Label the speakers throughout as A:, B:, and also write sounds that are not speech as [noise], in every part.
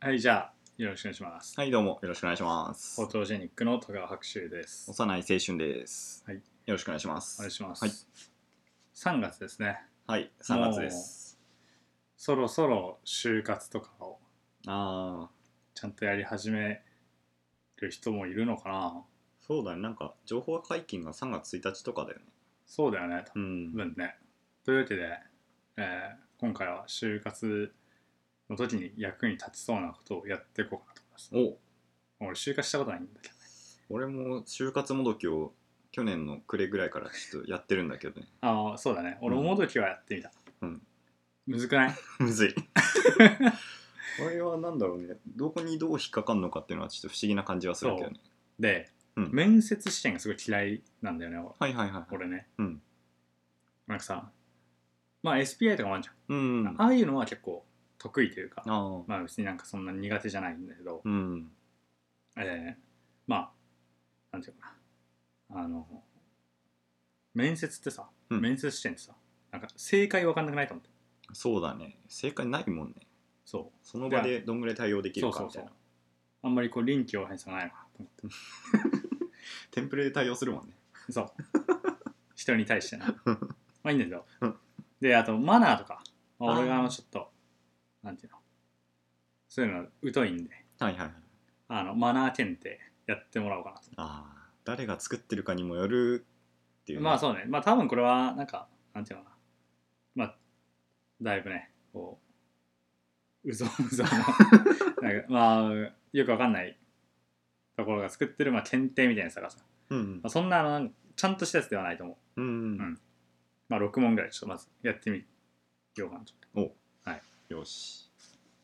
A: はい、じゃあ、よろしくお願いします。
B: はい、どうもよろしくお願いします
A: フォ。トジェニックの戸川白秋です。
B: 幼い青春です。
A: はい
B: よろしくお願いします。
A: お願いします。
B: はい
A: 3月ですね。
B: はい、3月です。
A: そろそろ就活とかを
B: ああ、
A: ちゃんとやり始める人もいるのかな。
B: そうだね、なんか情報解禁が3月1日とかだよね。
A: そうだよね、
B: う
A: 多
B: ん。
A: 分ね。というわけで、えー今回は就活の時に役に立ちそうなことをやっていこうかなと思います。
B: お、
A: 俺、就活したことないんだけどね。
B: 俺も就活もどきを去年の暮れぐらいからちょっとやってるんだけどね。 [laughs]
A: ああ、そうだね。俺、思う時はやってみた。
B: うん。
A: むずくない [laughs]
B: むずい。これはなんだろうね、どこにどう引っかかんのかっていうのはちょっと不思議な感じはするけどね。
A: で、
B: うん
A: 面接試験がすごい嫌いなんだよね、俺。
B: はいはいはい。
A: 俺ね、
B: うん
A: なんかさまあ SPI とかもあるじ
B: うん。
A: ゃん、
B: あ
A: ああいうのは結構得意というか
B: あー。
A: まあ別になんかそんな苦手じゃないんだけど、
B: うん。
A: えーまあなんていうのかなあの面接ってさ、
B: うん
A: 面接試験ってさなんか正解分かんなくないと思って
B: そうだね。正解ないもんね。
A: そ
B: その場でどんぐらい対応で
A: う
B: き
A: そ
B: る
A: う
B: か
A: そう
B: みた
A: そ
B: いうな。
A: あんまりこう臨機応変さがないなと思って
B: テンプレで対応するもんね。
A: そう
B: [laughs]
A: 人に対してなまあいいんだけど
B: うん
A: であとマナーとかまあ
B: あー
A: 俺があのちょっとなんていうのそういうの疎いんで
B: はいはいはい。
A: あのマナー検定やってもらおうかなと
B: ああ、誰が作ってるかにもよるっていうね、
A: まあそうねまあ多分これはなんかなんていうのかなまあだいぶねこううぞうぞ
B: [laughs]
A: のなんかまあよくわかんないところが作ってる、まあ、検定みたいなやつだからさ、
B: うん
A: まあ、そんなあのちゃんとしたやつではないと思う
B: うん。うん。
A: んまあ6問ぐらいちょっとまずやってみようかなと。
B: よし。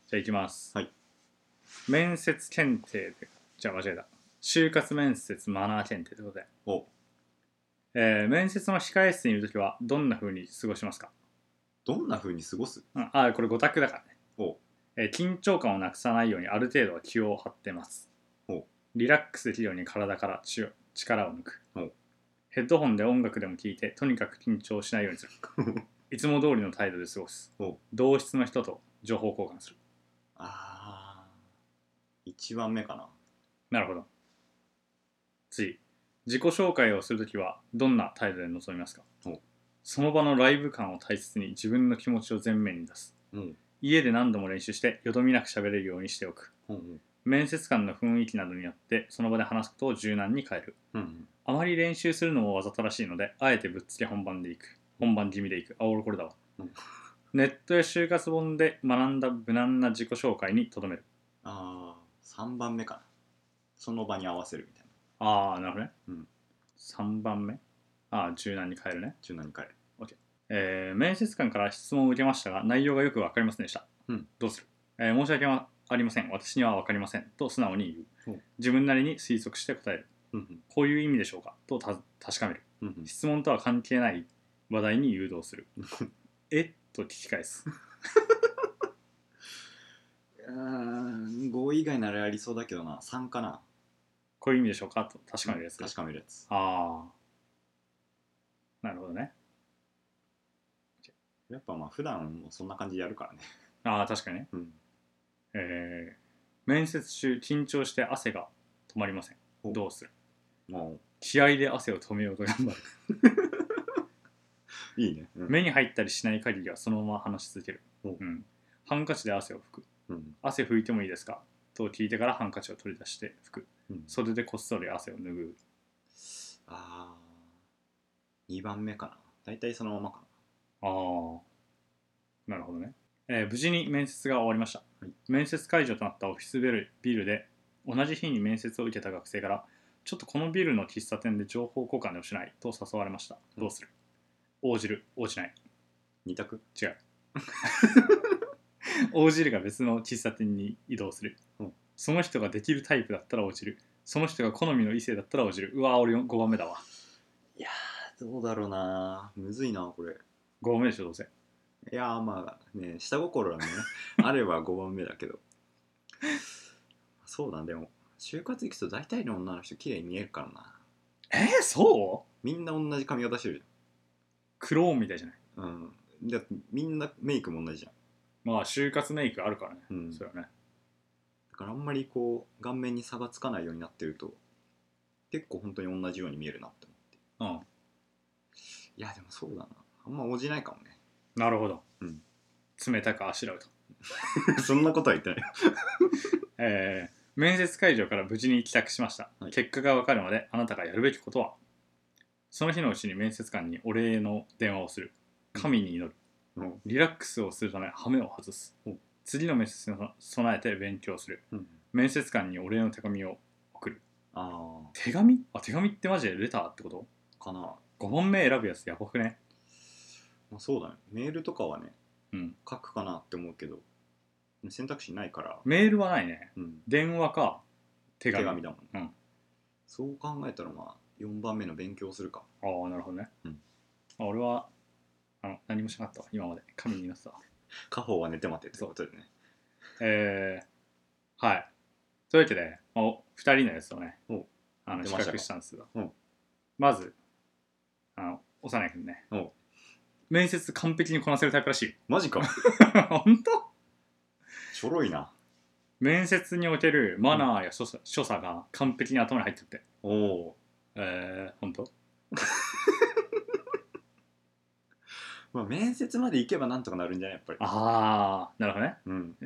A: じゃあ行きます。
B: はい。
A: 面接検定で、じゃあ間違えた。就活面接マナー検定ということで。
B: お、
A: えー面接の控え室にいるときはどんな風に過ごしますか、
B: どんな風に過ごす [laughs]
A: うん、あ、これ5択だからね。
B: お、
A: えー緊張感をなくさないようにある程度は気を張ってます
B: お。
A: リラックスできるように体からちゅ力を抜く
B: お。
A: ヘッドホンで音楽でも聴いてとにかく緊張しないようにする。いつも通りの態度で過ごす
B: お。
A: 同室の人と情報交換する。
B: ああ、一番目かな。
A: なるほど。次、自己紹介をするときはどんな態度で臨みますか
B: お
A: その場のライブ感を大切に自分の気持ちを前面に出す。
B: うん。
A: 家で何度も練習してよどみなく喋れるようにしておく。
B: うん。
A: 面接官の雰囲気などによってその場で話すことを柔軟に変える。
B: うん。
A: あまり練習するのもわざとらしいので、あえてぶっつけ本番でいく。本番気味でいく。あ、俺これだわ。
B: うん
A: ネットや就活本で学んだ無難な自己紹介にとどめる。
B: ああ、3番目かな。その場に合わせるみたいな。
A: ああ、なるほどね。
B: うん
A: 3番目。ああ、柔軟に変えるね。
B: 柔軟に変える。
A: えー面接官から質問を受けましたが内容がよく分かりませんでした、
B: うん
A: どうする、えー申し訳まありません私には分かりませんと素直に言
B: う
A: うん自分なりに推測して答える
B: うん。
A: こういう意味でしょうかとた確かめる
B: うん。
A: 質問とは関係ない話題に誘導する [laughs] えっと聞き返す
B: うん。5以外ならやりそうだけどな。3かな。
A: こういう意味でしょうかと確かめるやつ、
B: 確かめるやつ。
A: ああなるほどね
B: やっぱまあ、普段もそんな感じでやるからね。
A: ああ確かにね、
B: うん。
A: えー面接中緊張して汗が止まりません
B: お
A: どうする
B: も
A: 気合で汗を止めようと頑張る
B: う、 [laughs] いいね。うん。
A: 目に入ったりしない限りはそのまま話し続ける、
B: お
A: うんハンカチで汗を拭く
B: うん。
A: 汗拭いてもいいですかと聞いてからハンカチを取り出して拭く
B: うん
A: 袖でこっそり汗を拭う
B: ああ、2番目かな。大体そのままか
A: ああなるほどね、えー無事に面接が終わりました、
B: はい
A: 面接会場となったオフィスビルビルで同じ日に面接を受けた学生からちょっとこのビルの喫茶店で情報交換をしないと誘われました
B: うん
A: どうする応じる応じない
B: な。2択
A: 応じるが別の喫茶店に移動する、
B: うん
A: その人ができるタイプだったら応じるその人が好みの異性だったら応じるうわ俺5番目だわ
B: いやー、どうだろうな。むずいな、これ。
A: 5番目でしょどうせ
B: いやー、まあね、下心 [laughs] はね、あれば5番目だけど。そうだ、でも、就活行くと大体の女の人綺麗に見えるからな。
A: えー、そう
B: みんな同じ髪型してる
A: クローンみたいじゃない
B: じゃん。うん。だってみんなメイクも同じじゃん。
A: まあ就活メイクあるからね、
B: うん
A: そうよね
B: だからあんまりこう顔面に差がつかないようになってると結構本当に同じように見えるなって思っ
A: う
B: て
A: ん
B: いやでもそうだなあんま応じないかもね
A: なるほど、
B: うん
A: 冷たくあしらうと
B: [laughs] そんなことは言ってない
A: えー面接会場から無事に帰宅しました、
B: はい
A: 結果が分かるまであなたがやるべきことはその日のうちに面接官にお礼の電話をする神に祈る、
B: うん
A: リラックスをするため羽目を外す、
B: うん
A: 次の面接に備えて勉強する
B: うん
A: 面接官にお礼の手紙を送る
B: あ
A: 手紙あ手紙ってマジでレターってこと
B: あかな、ま
A: ?5 本目選ぶやつやばくね
B: あ、そうだねメールとかはね
A: うん
B: 書くかなって思うけど選択肢ないから、
A: メールはないね
B: うん、
A: 電話か手
B: 手
A: 紙
B: 紙だもん、
A: うん
B: そう考えたらまあ4番目の勉強するか
A: ああなるほどね、
B: うん
A: あ俺はあの何もしなかったわ今まで神に祈ってたわ
B: 家宝は寝て待てってことでね
A: えー、はい。というわけで、まあ、お二人のやつをね
B: お、
A: あの
B: 出
A: 比
B: ましたか
A: 較したんですが、
B: うん
A: まず、あの、幼い君ね
B: お、
A: 面接完璧にこなせるタイプらしい。 [laughs]
B: マジか
A: 本当
B: ちょろいな
A: 面接におけるマナーや所作,、所作が完璧に頭に入ってるって。
B: おお
A: えー、本当
B: まあ面接まで行けばなんとかなるんじゃないやっぱり
A: あー、なるほどね。
B: うん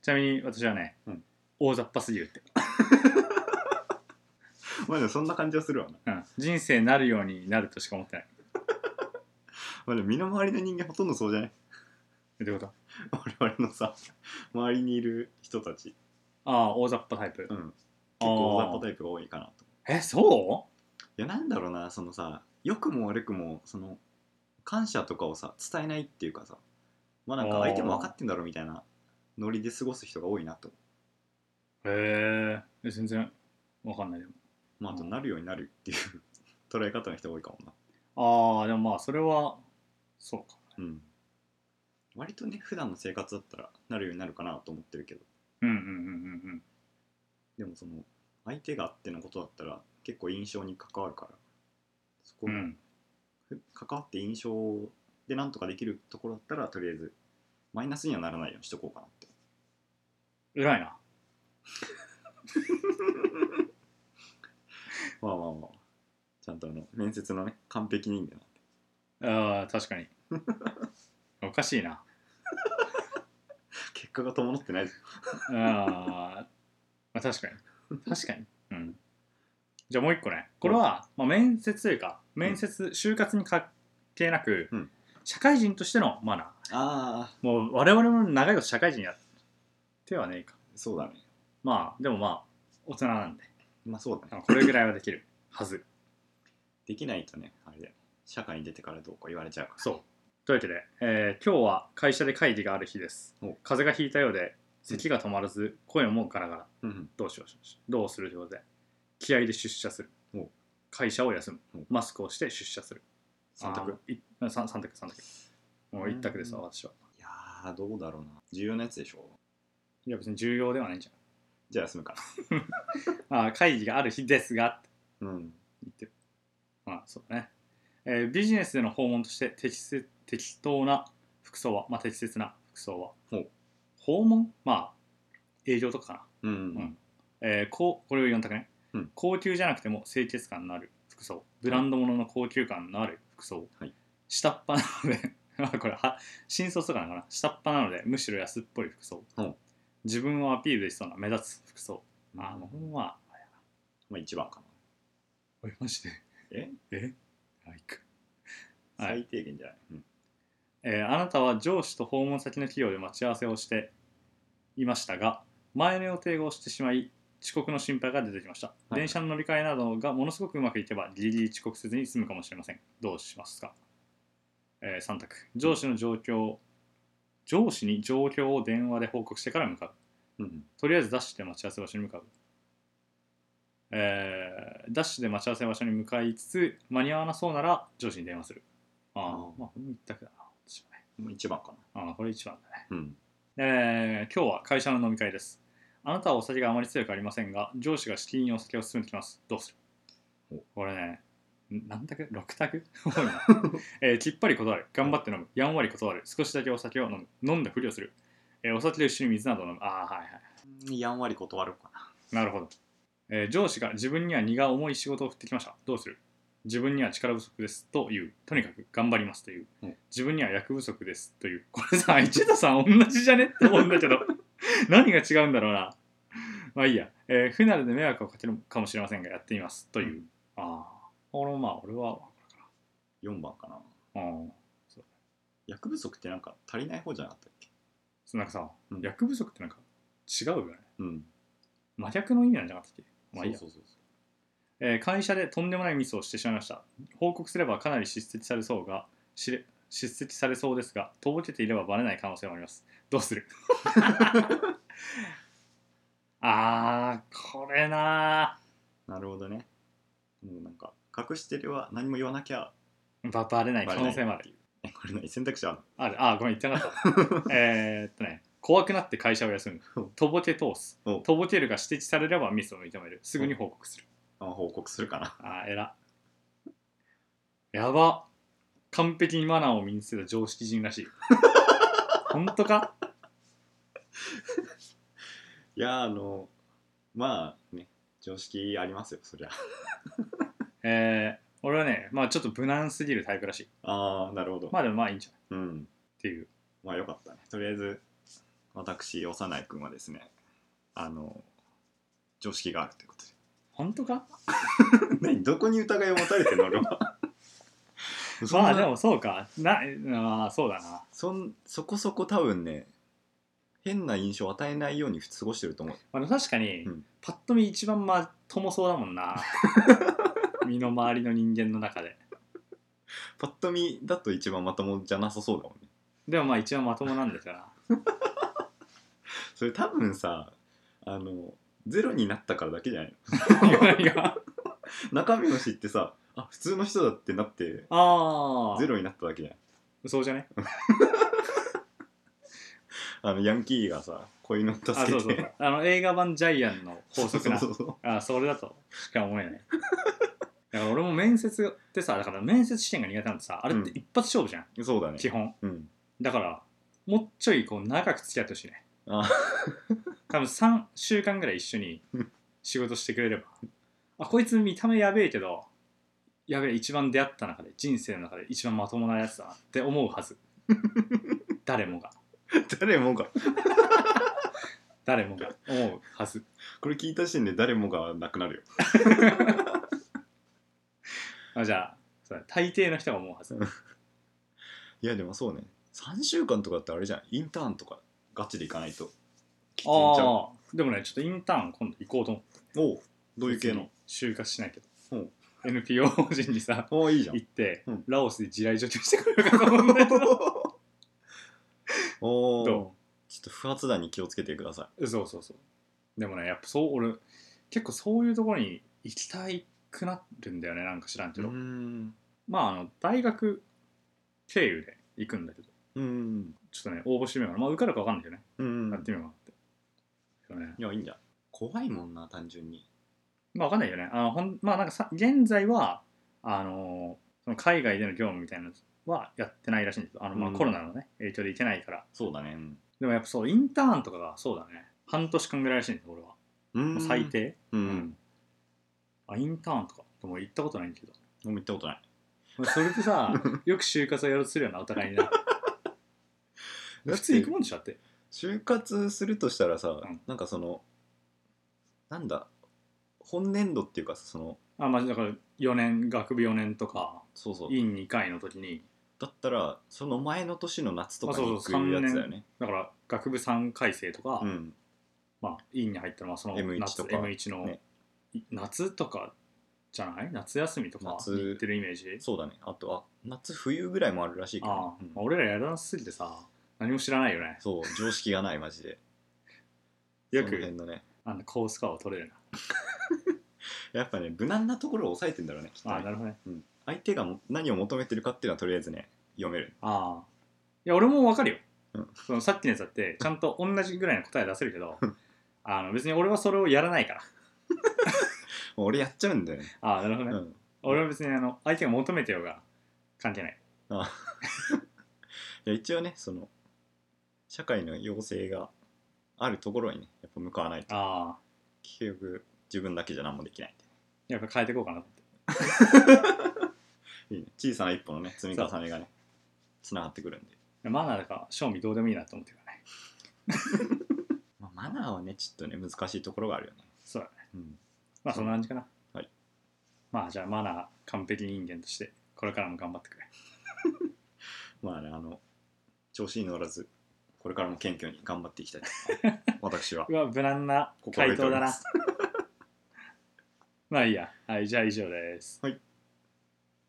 A: ちなみに私はね、
B: うん
A: 大雑把すぎるって、
B: まあでもそんな感じはするわな
A: うん。人生なるようになるとしか思ってない。
B: まあでも身の回りの人間ほとんどそうじゃない [laughs]
A: えどういうこと
B: 我々のさ周りにいる人たち
A: あー、大雑把タイプ。
B: うん結
A: あ
B: 構大雑
A: ー
B: 把タイプが多いかなと
A: え、そう
B: いやなんだろうなそのさ良くも悪くもその感謝とかをさ伝えないっていうかさまあなんか相手も分かってんだろうみたいなノリで過ごす人が多いなと
A: へえ全然わかんないで
B: まああと
A: うん
B: なるようになるっていう捉え方の人が多いかもな
A: もああでもまあそれはそうか
B: うん割とね普段の生活だったらなるようになるかなと思ってるけど
A: うんうんうんうんうん
B: でもその相手があってのことだったら結構印象に関わるからそこ、
A: うん
B: ふ関わって印象でなんとかできるところだったらとりあえずマイナスにはならないようにしとこうかなって
A: 偉いな
B: まあまあまあちゃんとあの面接のね完璧人間なんで
A: あー確かに [laughs] おかしいな
B: [laughs] 結果が伴ってないぞ
A: あー、まあ確かに確かにうんじゃあもう一個ねこれは、まあ、面接というか面接、就活に関係なく、
B: うん
A: 社会人としてのマナー
B: ああ
A: もう我々も長いこと社会人やってはねえか
B: そうだね
A: まあでもまあ大人なんで
B: まあそうだ
A: あ
B: ね
A: のこれぐらいはできるはず
B: できないとねあれだよ社会に出てからどうこう言われちゃうから
A: そう。というわけで、えー今日は会社で会議がある日です
B: お。
A: 風
B: 風
A: 邪がひいたようで、咳が止まらず、声もガラガラ。
B: うんうん
A: どうしようどうするということで、気合で出社する
B: お。
A: 会社を休む
B: お。
A: マスクをして出社する。
B: 選
A: あー
B: 択
A: もういうん三三択、三択。もう一択ですわ、
B: うん
A: 私は。
B: いやーどうだろうな重要なやつでしょ
A: いや、別に重要ではないんじ
B: じゃあ休むか
A: ゃん。あー会議がある日ですが、って
B: なうん
A: 言ってる。まあ、そうだね。えービジネスでの訪問として適切適当な服装は、まあ、適切な服装は。
B: ほう
A: 訪問まあ、営業とかかな。
B: うん、
A: えーこうこれを4択ね、
B: うん
A: 高級じゃなくても清潔感のある服装ブランド物の高級感のある服装、
B: はい
A: 下っ端なので [laughs] まあこれは新卒とかなのかな下っ端なのでむしろ安っぽい服装、
B: うん
A: 自分をアピールできそうな目立つ服装、あ
B: ま
A: あ
B: あ
A: もうほんま
B: まあ一番かな
A: おいマジで
B: え
A: えあいく、はい
B: 最低限じゃない、うん
A: えーあなたは上司と訪問先の企業で待ち合わせをしていましたが前の予定をしてしまい遅刻の心配が出てきました、
B: はい
A: 電車の乗り換えなどがものすごくうまくいけばギリギリ遅刻せずに済むかもしれませんどうしますか、え3択上司の状況上司に状況を電話で報告してから向かう
B: うん
A: とりあえずダッシュで待ち合わせ場所に向かう、えーダッシュで待ち合わせ場所に向かいつつ間に合わなそうなら上司に電話するああ
B: あー
A: まあこの一択だな私はね
B: まあ一番か
A: ああこれ一番だね、
B: なうん
A: えー今日は会社の飲み会ですあなたはお酒があまり強くありませんが上司が資金にお酒を勧めてきますどうするこれねん何択 ?6 択 [laughs] 多いな、えーきっぱり断る頑張って飲むやんわり断る少しだけお酒を飲む飲んだふりをする、えーお酒と一緒に水などを飲むああはいはい
B: やんわり断ろうかな
A: なるほど、えー上司が自分には荷が重い仕事を振ってきましたどうする自分には力不足ですというとにかく頑張りますという、
B: うん
A: 自分には役不足ですというこれさ一田さん同じじゃねって思うんだけど [laughs] 何が違うんだろうなまあいいや、えー不慣れで迷惑をかけるかもしれませんがやってみますという、
B: うん
A: ああ俺もまあ俺は
B: 4番かな
A: うん
B: 薬不足ってなんか足りない方じゃなかったっけ
A: そうなんかさ、
B: うん
A: 役不足ってなんか違うよね
B: うん
A: 真逆の意味なんじゃなかったっけまあいいや
B: そうそうそうそう
A: えー会社でとんでもないミスをしてしまいました報告すればかなり叱責されそうがしれ叱責されそうですがとぼけていればバレない可能性もありますどうする [laughs] あーこれな
B: なるほどねもうなんか隠してれば何も言わなきゃ
A: ーばバレない可能性もあ
B: バレ
A: る
B: えこれ何選択肢ある
A: あるあーごめん言ってなかった [laughs] えーっとね怖くなって会社を休
B: う
A: む
B: ん
A: とぼけ通す
B: うん
A: とぼけるが指摘されればミスを認めるすぐに報告する
B: のあ報告するかな
A: あー偉やば完璧にマナーを身につけた常識人らしい
B: [laughs]
A: 本当か
B: いやあのまあね常識ありますよそりゃ
A: えー、俺はねまあちょっと無難すぎるタイプらしい
B: ああなるほど、
A: まあでもまあいいんじゃない
B: うん
A: っていう
B: まあよかったねとりあえず私幼い君はですねあの常識があるということで
A: 本当か
B: [laughs] 何どこに疑いを持たれてんの [laughs] 俺はそん
A: ま
B: な
A: あでもそうかなまあそうだな
B: そんそこそこ多分ね変な印象を与えないように過ごしてると思う
A: まあ、確かに、
B: うん
A: パッと見一番まともそうだもん
B: [laughs]
A: な身の回りの人間の中で
B: パッと見だと一番まともじゃなさそうだもんね
A: でもまあ一番まともなんですよな
B: それ多分さあのゼロになったからだけじゃない
A: 何が
B: の中身の知ってさあ普通の人だってなって
A: [laughs] ああ
B: ゼロになっただけじゃない
A: そうじゃね
B: あのヤンキーがさ子犬を助け
A: あ
B: て
A: そうそうそうあの映画版ジャイアンの法則な
B: [laughs] そうそうそう
A: あそれだとしか思えない [laughs] だから俺も面接ってさだから面接試験が苦手なんでさあれって一発勝負じゃん、
B: そうだね
A: 基本
B: うん
A: だからもうちょいこう長く付き合ってほしいね
B: あ
A: [laughs] 多分3週間ぐらい一緒に仕事してくれればあこいつ見た目やべえけどやべえ一番出会った中で人生の中で一番まともなやつだなって思うはず誰もが
B: 誰もが
A: 誰もが思うはず
B: これ聞いた時点で誰もがなくなるよ
A: あじゃあそうだ大抵の人が思うはず
B: いやでもそうね3週間とかってあれじゃんインターンとかガチで行かないときついんちゃう
A: ああでもねちょっとインターン今度行こうと思って
B: おうどういう系の
A: 就活しないけど、
B: うん
A: NPO 法人にさ
B: ああいいじゃん
A: 行って、
B: うん
A: ラオスで地雷除去してくれるかと思うんだけど
B: [laughs] おー
A: ど
B: ちょっと不発弾に気をつけてくださ
A: う [laughs] そうそうそうでもねやっぱそう俺結構そういうところに行きたいくなるんだよねなんか知らん
B: い
A: けど、
B: ん
A: まああの大学経由で行くんだけど
B: うん
A: ちょっとね応募してみようかなまあ受かるか分かんないけどね、
B: うん
A: やってみようかなってでもね
B: いやいいんじゃん怖いもんな単純に
A: まあ、わかんないよね。あのほんまあ、なんかさ現在はあのーその海外での業務みたいなのはやってないらしいんですよ。あのまあ
B: うん
A: コロナの、ね、影響で行けないから。
B: そうだねうん
A: でもやっぱそう、インターンとかがそうだね。半年間ぐらいらしいんですよ、俺は。
B: うん
A: 最低。
B: うん、
A: あ、インターンとか。でも行ったことないんだけど。
B: もう行ったことない
A: まあそれで
B: [laughs]
A: さ、よく就活をやろうとするよな、お互いにな。普通行くもんでしょ、だって。
B: 就活するとしたらさ、
A: うん
B: なんかそのなんだ本年度っていうかさその
A: あ、まあ、だから4年、学部4年とか、
B: そうそう
A: 院2回の時に、
B: だったらその前の年の夏とかに
A: ま
B: 行
A: あそうそう
B: くやつだよね、
A: だから学部3回生とか、
B: うん
A: まあ、院に入ったのはその
B: M1
A: 夏
B: とか
A: M1 の、
B: ね
A: い夏とかじゃない夏休みとか
B: 夏
A: 行ってるイメージ
B: そうだねあとは夏冬ぐらいもあるらしいからね、
A: ああ、
B: うん
A: まあ、俺らやらなすぎてさ何も知らないよね
B: そう常識がないマジで
A: よ
B: その辺
A: く
B: のね
A: あの高スコアを取れる
B: やっぱね無難なところを抑えてんだろうねきっと
A: なあ
B: ね
A: あなるほどね
B: 相手がも何を求めてるかっていうのはとりあえずね読める
A: ああいや俺もわかるよ、
B: うん
A: そのさっきのやつだってちゃんと同じぐらいの答え出せるけどあの別に俺はそれをやらないから
B: もう俺やっちゃうんだよね、
A: ああなるほど
B: う
A: ね、
B: ん、
A: 俺は別にあの相手が求めてようが関係ない
B: いや一応ねその社会の要請があるところにねやっぱ向かわないと
A: ああ
B: 結局自分だけじゃ何もできない
A: やっぱ変えていこうかなと思って
B: いいね小さな一歩のね積み重ねがねつながってくるんで、
A: マナーだから賞味どうでもいいなと思ってるからね
B: まあ、マナーはねちょっとね難しいところがあるよね、
A: そうだね
B: うん、
A: まあそんな感じかな
B: はい
A: まあじゃあマナー完璧人間としてこれからも頑張ってくれ
B: まあねあの調子に乗らずこれからも謙虚に頑張っていきたいと [laughs] 私は
A: うわ無難な回答だな [laughs] まあいいやはいじゃあ以上です、
B: はい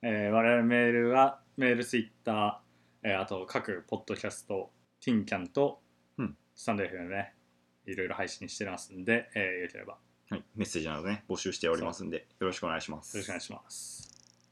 A: えー我々メールはメールツイッター、えーあと各ポッドキャストティンキャンと、
B: うん
A: スタンド FM ねいろいろ配信してますんで、えーよければよ
B: はい、メッセージなどね募集しておりますんでよろしくお願いします
A: ろしくお願いします